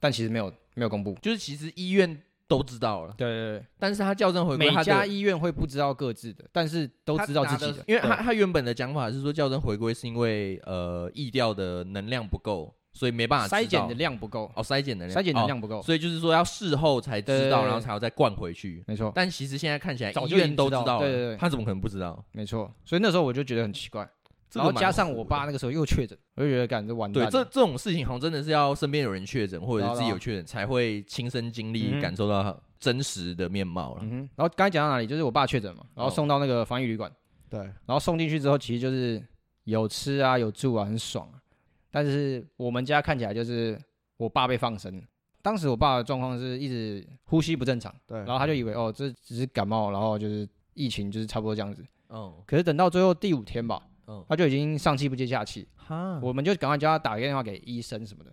Speaker 2: 但其实没有没有公布。
Speaker 1: 就是其实医院都知道了，
Speaker 2: 对对对，
Speaker 1: 但是他校正回归，
Speaker 2: 每
Speaker 1: 他
Speaker 2: 家
Speaker 1: 的
Speaker 2: 医院会不知道各自的，但是都知道自己
Speaker 3: 他拿的
Speaker 2: 的，
Speaker 1: 因为他
Speaker 2: 对
Speaker 1: 他原本的讲法是说校正回归是因为呃疫调的能量不够，所以没办法
Speaker 2: 筛
Speaker 1: 知道
Speaker 2: 检的量不够，
Speaker 1: 哦筛检能量
Speaker 2: 筛检能
Speaker 1: 哦
Speaker 2: 量不够，
Speaker 1: 所以就是说要事后才
Speaker 2: 对
Speaker 1: 知
Speaker 2: 对
Speaker 1: 道，
Speaker 2: 对
Speaker 1: 然后才要再灌回去。
Speaker 2: 没错
Speaker 1: 但其实现在看起来，
Speaker 2: 早
Speaker 1: 医
Speaker 2: 就已经
Speaker 1: 院都
Speaker 2: 知道
Speaker 1: 道
Speaker 2: 对对
Speaker 1: 了，
Speaker 2: 对
Speaker 1: 他怎么可能不知道？
Speaker 2: 没错。所以那时候我就觉得很奇怪，
Speaker 1: 这
Speaker 2: 然后
Speaker 1: 个蛮
Speaker 2: 加上
Speaker 1: 恐怖
Speaker 2: 我
Speaker 1: 的
Speaker 2: 爸那个时候又确诊，我就觉得感觉完蛋
Speaker 1: 对
Speaker 2: 了。
Speaker 1: 这这种事情，好像真的是要身边有人确诊，或者
Speaker 2: 对
Speaker 1: 是
Speaker 2: 啊
Speaker 1: 自己有确诊，才会亲身经
Speaker 2: 嗯
Speaker 1: 历
Speaker 2: 哼
Speaker 1: 感受到真实的面貌了。
Speaker 2: 嗯哼，然后刚才讲到哪里？就是我爸确诊嘛，
Speaker 1: 哦
Speaker 2: 然后送到那个防疫旅馆，
Speaker 3: 对，
Speaker 2: 然后送进去之后，其实就是有吃啊，有住啊，很爽啊。但是我们家看起来就是我爸被放生，当时我爸的状况是一直呼吸不正常，
Speaker 3: 对
Speaker 2: 然后他就以为哦这只是感冒，然后就是疫情就是差不多这样子。
Speaker 1: 哦
Speaker 2: 可是等到最后第五天吧，
Speaker 1: 哦，
Speaker 3: 嗯
Speaker 2: 他就已经上气不接下气，
Speaker 1: 哈，
Speaker 2: 我们就赶快叫他打个电话给医生什么的。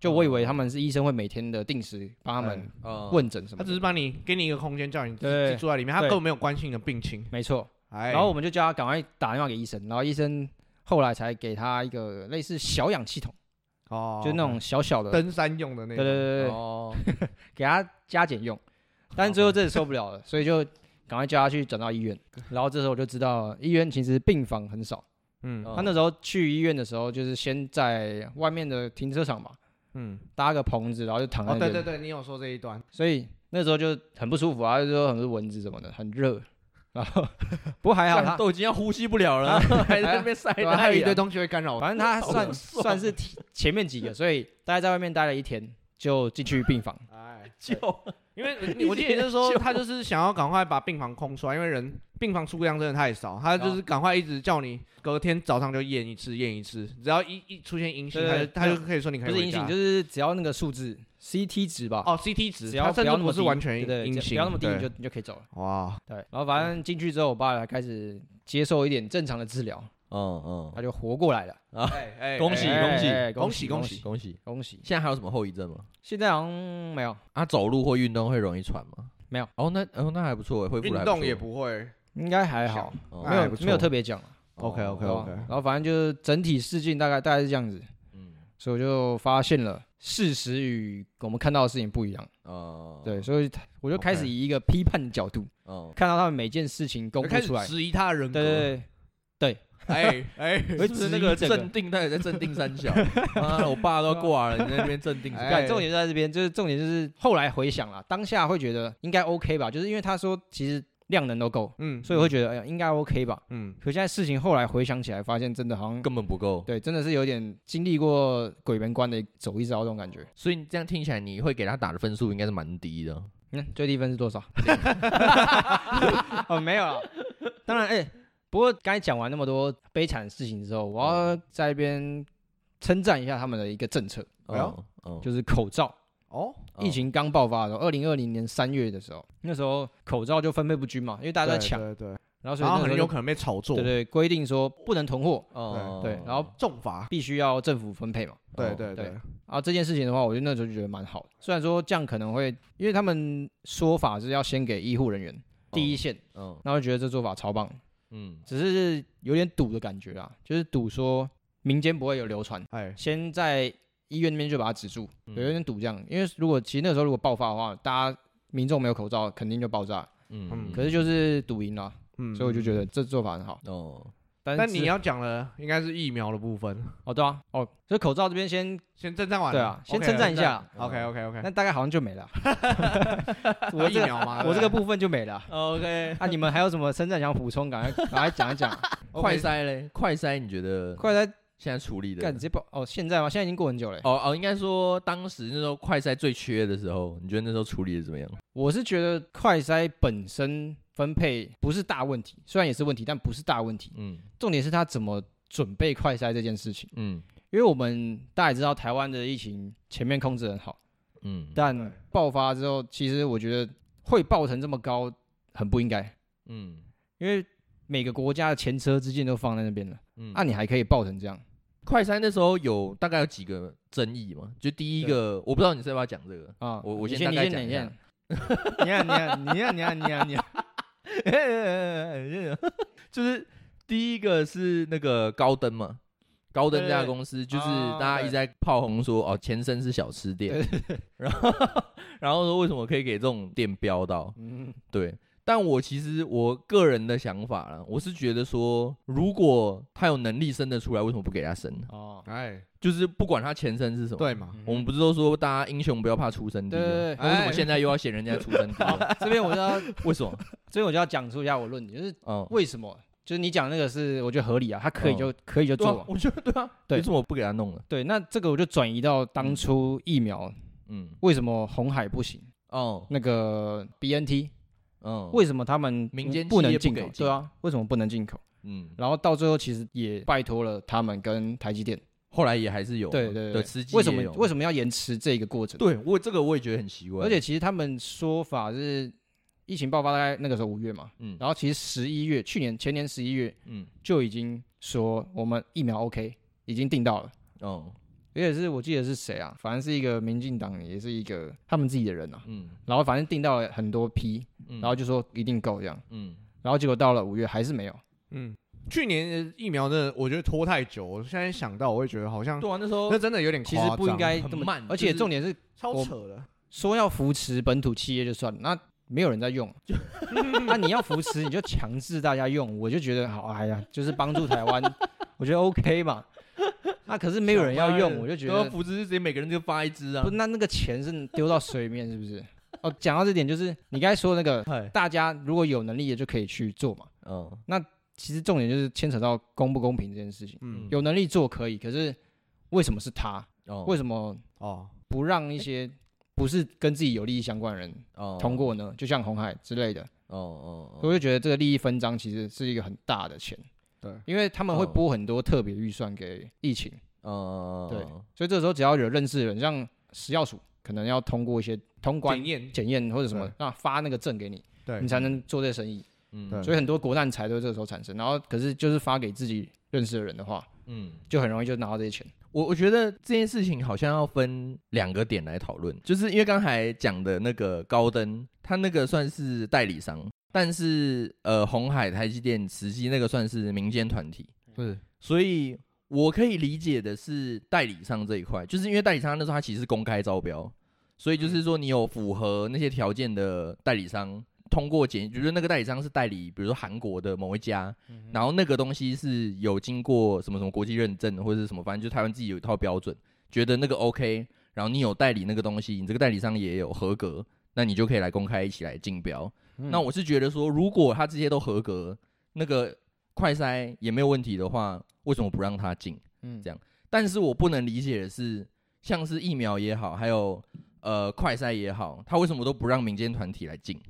Speaker 2: 就我以为他们是医生会每天的定时帮他们
Speaker 1: 哦
Speaker 2: 问诊什
Speaker 3: 哎嗯
Speaker 2: 么
Speaker 3: 他
Speaker 2: 的，
Speaker 3: 只是帮你给你一个空间，叫你自
Speaker 2: 对
Speaker 3: 己住在里面，他
Speaker 2: 对
Speaker 3: 根本没有关心你的病情。
Speaker 2: 没错。
Speaker 3: 哎，
Speaker 2: 然后我们就叫他赶快打电话给医生，然后医生后来才给他一个类似小氧气筒，
Speaker 3: 哦，
Speaker 2: 就是那种小小的，对
Speaker 3: 登山用的那种，
Speaker 2: 对对对，对
Speaker 1: 哦，
Speaker 2: 给他加减用。但最后真的受不了了，所以就赶快叫他去转到医院。然后这时候我就知道，医院其实病房很少。
Speaker 3: 嗯
Speaker 2: 他那时候去医院的时候，就是先在外面的停车场嘛
Speaker 3: 嗯，
Speaker 2: 搭个棚子，然后就躺在
Speaker 3: 哦，
Speaker 2: 那
Speaker 3: 对
Speaker 2: 边。
Speaker 3: 对对，你有说这一段，
Speaker 2: 所以那时候就很不舒服啊，就说很多蚊子什么的，很热。然后不过还好
Speaker 1: 干
Speaker 2: 他，
Speaker 1: 都已经要呼吸不了了， [LAUGHS] 哎还在那边晒
Speaker 2: 对啊哎
Speaker 1: 太
Speaker 3: 还有一
Speaker 1: 阳
Speaker 3: 堆。东西会干扰我，
Speaker 2: 反正他算
Speaker 1: 好爽
Speaker 2: 算是提前面几个，所以大家在外面待了一天，就进去病房。
Speaker 3: 哎，
Speaker 1: 就
Speaker 3: 因为我记得就是
Speaker 2: [LAUGHS]
Speaker 3: 说，他就是想要赶快把病房空出来，因为人病房数量真的太少，他就是
Speaker 2: 哦
Speaker 3: 赶快一直叫你隔天早上就验一次，验一次，只要一一出现阴性，他就
Speaker 2: 对对
Speaker 3: 他就可以说你可
Speaker 2: 不
Speaker 3: 以
Speaker 2: 是
Speaker 3: 回
Speaker 2: 阴
Speaker 3: 家
Speaker 2: 性，就是只要那个数字 CT 值吧，
Speaker 3: 哦 CT 值，
Speaker 2: 只要
Speaker 3: 他甚
Speaker 2: 不要
Speaker 3: 至
Speaker 2: 那
Speaker 3: 不
Speaker 2: 么
Speaker 3: 是
Speaker 2: 低
Speaker 3: 完全
Speaker 2: 对对
Speaker 3: 阴
Speaker 2: 对，
Speaker 3: 性，
Speaker 2: 不要那么低，
Speaker 3: 对
Speaker 2: 你就你就可以走了。
Speaker 3: 哇，
Speaker 2: 对，然后反正进去之后，我爸才开始接受一点正常的治疗，
Speaker 1: 嗯
Speaker 2: 他就活过来了。
Speaker 3: 哎哎
Speaker 1: 恭喜
Speaker 2: 哎
Speaker 1: 恭喜
Speaker 2: 哎
Speaker 3: 恭
Speaker 2: 恭
Speaker 3: 喜
Speaker 2: 喜
Speaker 3: 恭
Speaker 1: 嗯，
Speaker 3: 喜
Speaker 1: 恭喜！
Speaker 2: 恭喜！
Speaker 1: 现在还有什么后遗症吗？
Speaker 2: 现在好像没有，
Speaker 1: 啊，走路或运动会容易喘吗？
Speaker 2: 没有。
Speaker 1: 哦，那哦那还不错，恢复
Speaker 3: 运
Speaker 1: 得还
Speaker 3: 动
Speaker 1: 错
Speaker 3: 也不会
Speaker 2: 应该还好，
Speaker 1: 哦
Speaker 2: 没
Speaker 3: 哎不
Speaker 2: 有
Speaker 3: 错
Speaker 2: 没有特别讲了。
Speaker 3: OK，OK
Speaker 2: 对吧然后反正就是整体事情大概大概是这样子，
Speaker 1: 嗯
Speaker 2: 所以我就发现了事实与我们看到的事情不一样。
Speaker 1: 哦
Speaker 2: 对，所以我就开始
Speaker 3: OK
Speaker 2: 以一个批判的角度，
Speaker 1: 哦，
Speaker 2: 看到他们每件事情公布
Speaker 3: 开始
Speaker 2: 出来。
Speaker 3: 质疑他的人
Speaker 2: 对
Speaker 1: [LAUGHS]
Speaker 3: 格，
Speaker 2: 对
Speaker 3: 哎哎，
Speaker 2: 对，
Speaker 1: 是
Speaker 2: 会
Speaker 1: 不
Speaker 2: 质
Speaker 1: 是
Speaker 2: 疑
Speaker 1: 那个
Speaker 2: 整
Speaker 1: 镇定？他也在镇定三 [LAUGHS] 小，妈的，我爸都要挂了，你在那边镇定什么？
Speaker 3: 哎
Speaker 2: 干重点就在这边，就是重点就是后来回想啦，当下会觉得应该 OK 吧，就是因为他说其实量能都够，
Speaker 3: 嗯，
Speaker 2: [LAUGHS] 所以会觉得哎呀应该 OK 吧。
Speaker 3: 嗯
Speaker 2: 可现在事情后来回想起来，发现真的好像
Speaker 1: 根本不够。
Speaker 2: 对，真的是有点经历过鬼门关的走一遭这种感觉。
Speaker 1: 所以你这样听起来，你会给他打的分数应该是蛮低的。
Speaker 2: 你看嗯最低分
Speaker 3: [LAUGHS]
Speaker 2: 是多少？哦，没有了。当然，哎、不过刚才讲完那么多悲惨的事情之后，我
Speaker 3: 嗯
Speaker 2: 要在这边称赞一下他们的一个政策，
Speaker 3: 哎呦
Speaker 1: 哦哦，
Speaker 2: 就是口罩。
Speaker 3: 哦
Speaker 2: 疫情刚爆发的时候，二零二零年三月的时候，那时候口罩就分配不均嘛，因为大家都在
Speaker 3: 对
Speaker 2: 抢，
Speaker 3: 对对，
Speaker 2: 然后所以
Speaker 3: 然后
Speaker 2: 那时
Speaker 3: 很有
Speaker 2: 候就
Speaker 3: 可能被炒作
Speaker 2: 对，对规定说不能囤货，
Speaker 1: 哦，
Speaker 2: 对，然后
Speaker 3: 重罚，
Speaker 2: 必须要政府分配嘛。
Speaker 3: 对对
Speaker 2: 哦对
Speaker 3: 对，
Speaker 2: 啊，这件事情的话，我就那时候就觉得蛮好的。虽然说这样可能会，因为他们说法是要先给医护人员
Speaker 3: 哦
Speaker 2: 第一线，
Speaker 1: 嗯
Speaker 2: 那我就觉得这做法超棒，
Speaker 1: 嗯
Speaker 2: 只是有点赌的感觉啊，就是赌说民间不会有流传，
Speaker 3: 哎
Speaker 2: 先在医院那边就把它止住，
Speaker 1: 嗯
Speaker 2: 有点赌这样。因为如果其实那时候如果爆发的话，大家民众没有口罩，肯定就爆炸。
Speaker 1: 嗯，
Speaker 2: 可是就是赌赢了，
Speaker 3: 嗯，
Speaker 2: 所以我就觉得这做法很好。
Speaker 1: 哦，
Speaker 2: 但
Speaker 3: 但
Speaker 2: 是
Speaker 3: 你要讲的应该是疫苗的部分，
Speaker 2: 哦，对啊，哦，所以口罩这边先
Speaker 3: 先称赞完了。
Speaker 2: 对啊，先
Speaker 3: OK，
Speaker 2: 称赞一下哦啦，
Speaker 3: OK OK OK，
Speaker 2: 但大概好像就没了。我
Speaker 3: 疫
Speaker 2: 这个
Speaker 3: 苗嘛，
Speaker 2: 我这
Speaker 3: 对
Speaker 2: 个部分就没了。
Speaker 1: OK，
Speaker 2: 啊，你们还有什么称赞想补充？赶快赶快
Speaker 3: [LAUGHS]
Speaker 2: 讲一讲。
Speaker 3: OK
Speaker 1: 快筛嘞，快筛你觉得
Speaker 2: 快来
Speaker 1: 现在处理的
Speaker 2: 干直接爆哦！现在吗？现在已经过很久了欸。
Speaker 1: 哦哦，应该说当时那时候快筛最缺的时候，你觉得那时候处理的怎么样？
Speaker 2: 我是觉得快筛本身分配不是大问题，虽然也是问题，但不是大问题。
Speaker 1: 嗯
Speaker 2: 重点是他怎么准备快筛这件事情。
Speaker 1: 嗯
Speaker 2: 因为我们大家也知道，台湾的疫情前面控制得很好，
Speaker 1: 嗯，
Speaker 2: 但爆发之后，其实我觉得会爆成这么高，很不应该，
Speaker 1: 嗯
Speaker 2: 因为每个国家的前车之鉴都放在那边了，
Speaker 1: 嗯
Speaker 2: 啊，你还可以爆成这样，
Speaker 1: 快筛那时候有大概有几个争议嘛？就第一个，我不知道你是要不要讲这个，
Speaker 2: 啊，
Speaker 1: 我我
Speaker 2: 你
Speaker 1: 先
Speaker 2: 先
Speaker 1: 大
Speaker 2: 你
Speaker 1: 概
Speaker 2: 先
Speaker 1: 讲一
Speaker 2: 你
Speaker 1: 下
Speaker 2: 先，你看你看你看你看你 [LAUGHS] 看，
Speaker 1: 就是第一个是那个高登嘛，高登这家
Speaker 2: 对对对
Speaker 1: 公司就是
Speaker 2: 哦
Speaker 1: 大家一直在炮轰说哦，前身是小吃店，然后然后说为什么可以给这种店标到？
Speaker 2: 嗯，
Speaker 1: 对，但我其实我个人的想法啦，我是觉得说，如果他有能力生得出来，为什么不给他生？
Speaker 2: 哦，
Speaker 3: 哎，
Speaker 1: 就是不管他前身是什么，
Speaker 3: 对嘛，
Speaker 2: 嗯
Speaker 1: 我们不是都说大家英雄不要怕出身低
Speaker 2: 对
Speaker 1: 吗？
Speaker 2: 对对
Speaker 1: 那为什么现在又要嫌人家出身低
Speaker 2: 好
Speaker 1: 了？，
Speaker 2: 这边我就要，
Speaker 1: 为什么？
Speaker 2: 这边我就要讲出一下我论点，就是
Speaker 1: 嗯，
Speaker 2: 为什么，就是你讲那个是我觉得合理啊，他可以就可以就
Speaker 1: 对
Speaker 2: 做
Speaker 1: 啊
Speaker 2: 嘛，，
Speaker 1: 我觉得对啊，
Speaker 2: 对
Speaker 1: 为什么我不给他弄了？
Speaker 2: 对，那这个我就转移到当初疫苗
Speaker 1: 嗯，
Speaker 2: 为什么红海不行，
Speaker 1: 哦，
Speaker 2: 那个 BNT
Speaker 1: 嗯，
Speaker 2: 为什么他们
Speaker 1: 民间
Speaker 2: 不
Speaker 1: 企
Speaker 2: 能
Speaker 1: 业不
Speaker 2: 进
Speaker 1: 给
Speaker 2: 口？
Speaker 1: 进
Speaker 2: 对啊，为什么不能进口？
Speaker 1: 嗯，
Speaker 2: 然后到最后其实也拜托了他们跟台积电，
Speaker 1: 后来也还是有嘛，
Speaker 2: 对对
Speaker 1: 对，
Speaker 2: 对
Speaker 1: 吃鸡
Speaker 2: 为什么为
Speaker 1: 什么？
Speaker 2: 什么要延迟这个过程？
Speaker 1: 对我这个我也觉得很奇怪，
Speaker 2: 而且其实他们说法是疫情爆发大概那个时候五月嘛，
Speaker 1: 嗯
Speaker 2: 然后其实十一月去年前年十一月
Speaker 1: 嗯
Speaker 2: 就已经说我们疫苗 OK 已经订到了，
Speaker 1: 哦
Speaker 2: 而且是我记得是谁啊，反正是一个民进党也是一个他们自己的人啊，
Speaker 1: 嗯
Speaker 2: 然后反正订到了很多批，
Speaker 1: 嗯，
Speaker 2: 然后就说一定够这样，
Speaker 1: 嗯
Speaker 2: 然后结果到了五月还是没有，
Speaker 3: 嗯，去年呃疫苗真的我觉得拖太久，我现在想到我会觉得好像
Speaker 1: 对啊，那时候
Speaker 3: 那真的有点
Speaker 2: 其实
Speaker 3: 夸张
Speaker 2: 不应该这
Speaker 1: 很
Speaker 2: 么
Speaker 1: 慢
Speaker 2: 而且
Speaker 1: 就是
Speaker 2: 重点是
Speaker 3: 超
Speaker 2: 我
Speaker 3: 扯了，
Speaker 2: 说要扶持本土企业就算了，那没有人在
Speaker 1: [LAUGHS]
Speaker 2: 用，那你要扶持你就强制大家用，我就觉得好，哎呀，就是帮助台湾，我觉得 OK 嘛。那可是没有人要用，我就觉
Speaker 1: 对啊
Speaker 2: 得
Speaker 1: 福祉是直接每个人就发一支啊
Speaker 2: 不，，那那个钱是丢到水里面是不是？哦，讲到这点就是你刚才说的那个，
Speaker 1: 嗨，
Speaker 2: 大家如果有能力的就可以去做嘛。
Speaker 1: 嗯
Speaker 2: 其实重点就是牵扯到公不公平这件事情，
Speaker 3: 嗯，
Speaker 2: 有能力做可以，可是为什么是他？
Speaker 1: 哦，
Speaker 2: 为什么
Speaker 3: 哦，
Speaker 2: 不让一些
Speaker 3: 哎
Speaker 2: 不是跟自己有利益相关的人
Speaker 1: 哦
Speaker 2: 通过呢？就像红海之类的。
Speaker 1: 哦哦，
Speaker 2: 我就觉得这个利益分赃其实是一个很大的钱，
Speaker 3: 对
Speaker 2: 因为他们会
Speaker 1: 哦
Speaker 2: 拨很多特别预算给疫情，
Speaker 1: 哦，
Speaker 2: 对所以这时候只要有认识的人，像食药署可能要通过一些通关
Speaker 3: 检验
Speaker 2: 检验或者什么
Speaker 3: 对，
Speaker 2: 那发那个证给你，
Speaker 3: 对
Speaker 2: 你才能做这个生意。
Speaker 1: 嗯
Speaker 3: 对
Speaker 2: 所以很多国难财都是这个时候产生，然后可是就是发给自己认识的人的话，
Speaker 1: 嗯，
Speaker 2: 就很容易就拿到这些钱。
Speaker 1: 我我觉得这件事情好像要分两个点来讨论，就是因为刚才讲的那个高登，他那个算是代理商，但是呃，红海、台积电、慈溪那个算是民间团体，
Speaker 3: 是
Speaker 1: 所以我可以理解的是代理商这一块，就是因为代理商那时候他其实是公开招标，所以就是说你有符合那些条件的代理商通过检，就是那个代理商是代理，比如说韩国的某一家，然后那个东西是有经过什么什么国际认证或者是什么，反正就是台湾自己有一套标准，觉得那个 OK，然后你有代理那个东西，你这个代理商也有合格，那你就可以来公开一起来竞标。
Speaker 2: 嗯
Speaker 3: 嗯
Speaker 1: 那我是觉得说，如果他这些都合格，那个快筛也没有问题的话，为什么不让他进？
Speaker 2: 嗯 [LAUGHS]
Speaker 1: 这样但是我不能理解的是，像是疫苗也好，还有呃快筛也好，他为什么都不让民间团体来进？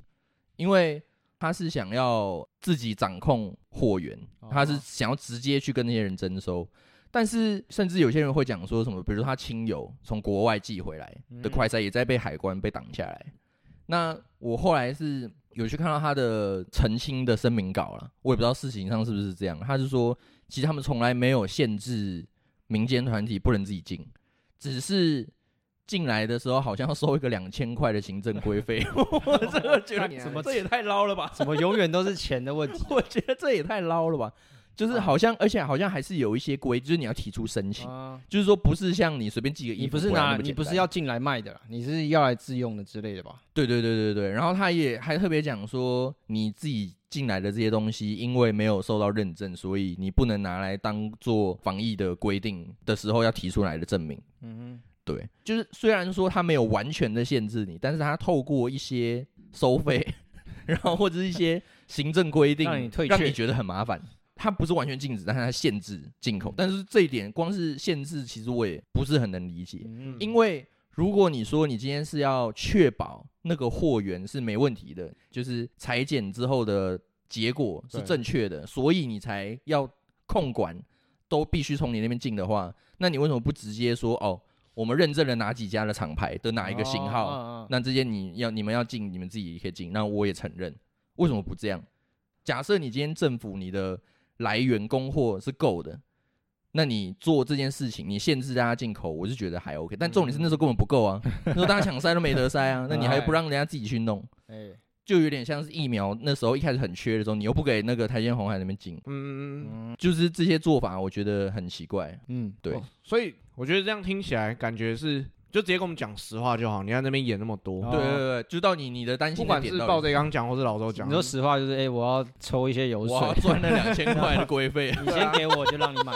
Speaker 1: 因为他是想要自己掌控货源，
Speaker 2: 哦
Speaker 1: 他是想要直接去跟那些人征收。但是，甚至有些人会讲说什么，比如说他亲友从国外寄回来的快筛，也在被海关被挡下来。那我后来是有去看到他的澄清的声明稿了，我也不知道事情上是不是这样。他是说，其实他们从来没有限制民间团体不能自己进，只是进来的时候好像要收一个两千块的行政规费。 [LAUGHS] 我这个觉
Speaker 3: 那你
Speaker 1: 得
Speaker 3: 还
Speaker 1: 怎么这也太捞了吧？ [LAUGHS]
Speaker 2: 怎么永远都是钱的问题
Speaker 1: 我觉得这也太捞了吧？就是好像，而且好像还是有一些规，就是你要提出申请，
Speaker 2: 啊啊？
Speaker 1: 就是说不是像你随便寄个衣
Speaker 2: 你
Speaker 1: 服
Speaker 2: 不
Speaker 1: 过
Speaker 2: 是
Speaker 1: 来那
Speaker 2: 拿
Speaker 1: 么
Speaker 2: 你
Speaker 1: 简
Speaker 2: 不是
Speaker 1: 单
Speaker 2: 要进来卖的啦，你是要来自用的之类的吧？
Speaker 1: 对对对对对，然后他也还特别讲说，你自己进来的这些东西，因为没有受到认证，所以你不能拿来当做防疫的规定的时候要提出来的证明。
Speaker 2: 嗯
Speaker 1: 对，就是虽然说他没有完全的限制你，但是他透过一些收费，然后或者是一些行政规定，
Speaker 2: 让你退却
Speaker 1: 觉得很麻烦。他不是完全禁止，但是他限制进口。但是这一点，光是限制，其实我也不是很能理解。
Speaker 2: 哼，
Speaker 1: 因为如果你说你今天是要确保那个货源是没问题的，就是裁剪之后的结果是
Speaker 3: 对
Speaker 1: 正确的，所以你才要控管都必须从你那边进的话，那你为什么不直接说哦，我们认证了哪几家的厂牌的哪一个型号？
Speaker 2: 哦？嗯嗯
Speaker 1: 那这些你要你们要进，你们自己也可以进，那我也承认，为什么不这样？假设你今天政府你的来源供货是够的，那你做这件事情，你限制大家进口，我是觉得还 OK。但重点是那时候根本不够
Speaker 3: [LAUGHS]
Speaker 1: 啊，那时候大家想塞都没得塞啊，那你还不让人家自己去弄，
Speaker 2: 哎，
Speaker 1: 就有点像是疫苗那时候一开始很缺的时候，你又不给那个台积电、红海那边进，
Speaker 3: 嗯，
Speaker 1: 就是这些做法，我觉得很奇怪。
Speaker 2: 嗯，
Speaker 1: 对
Speaker 3: 哦所以我觉得这样听起来感觉是，就直接跟我们讲实话就好，你在那边演那么多
Speaker 2: 哦，
Speaker 1: 对对对，就到你你的担
Speaker 3: 不
Speaker 1: 心
Speaker 3: 管
Speaker 1: 的点
Speaker 3: 是
Speaker 1: 到底
Speaker 3: 抱着刚讲或是老周讲
Speaker 2: 你，说实话就是，哎，我要抽一些油
Speaker 1: 我
Speaker 2: 水，，
Speaker 1: 要赚那两千块的规费
Speaker 2: 你先给我就让你买，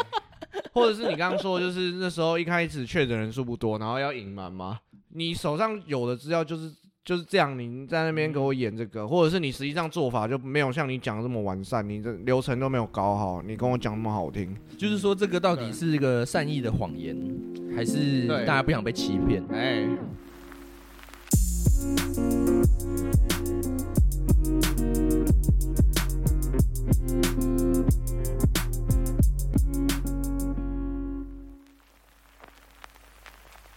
Speaker 3: 或者是你刚刚说，就是那时候一开始确诊人数不多，然后要隐瞒嘛，你手上有的资料就是就是这样，你在那边给我演这个，或者是你实际上做法就没有像你讲的这么完善，你这流程都没有搞好，你跟我讲那么好听，
Speaker 1: 就是说这个到底是一个善意的谎言，还是
Speaker 3: 对
Speaker 1: 大家不想被欺骗？
Speaker 3: 哎、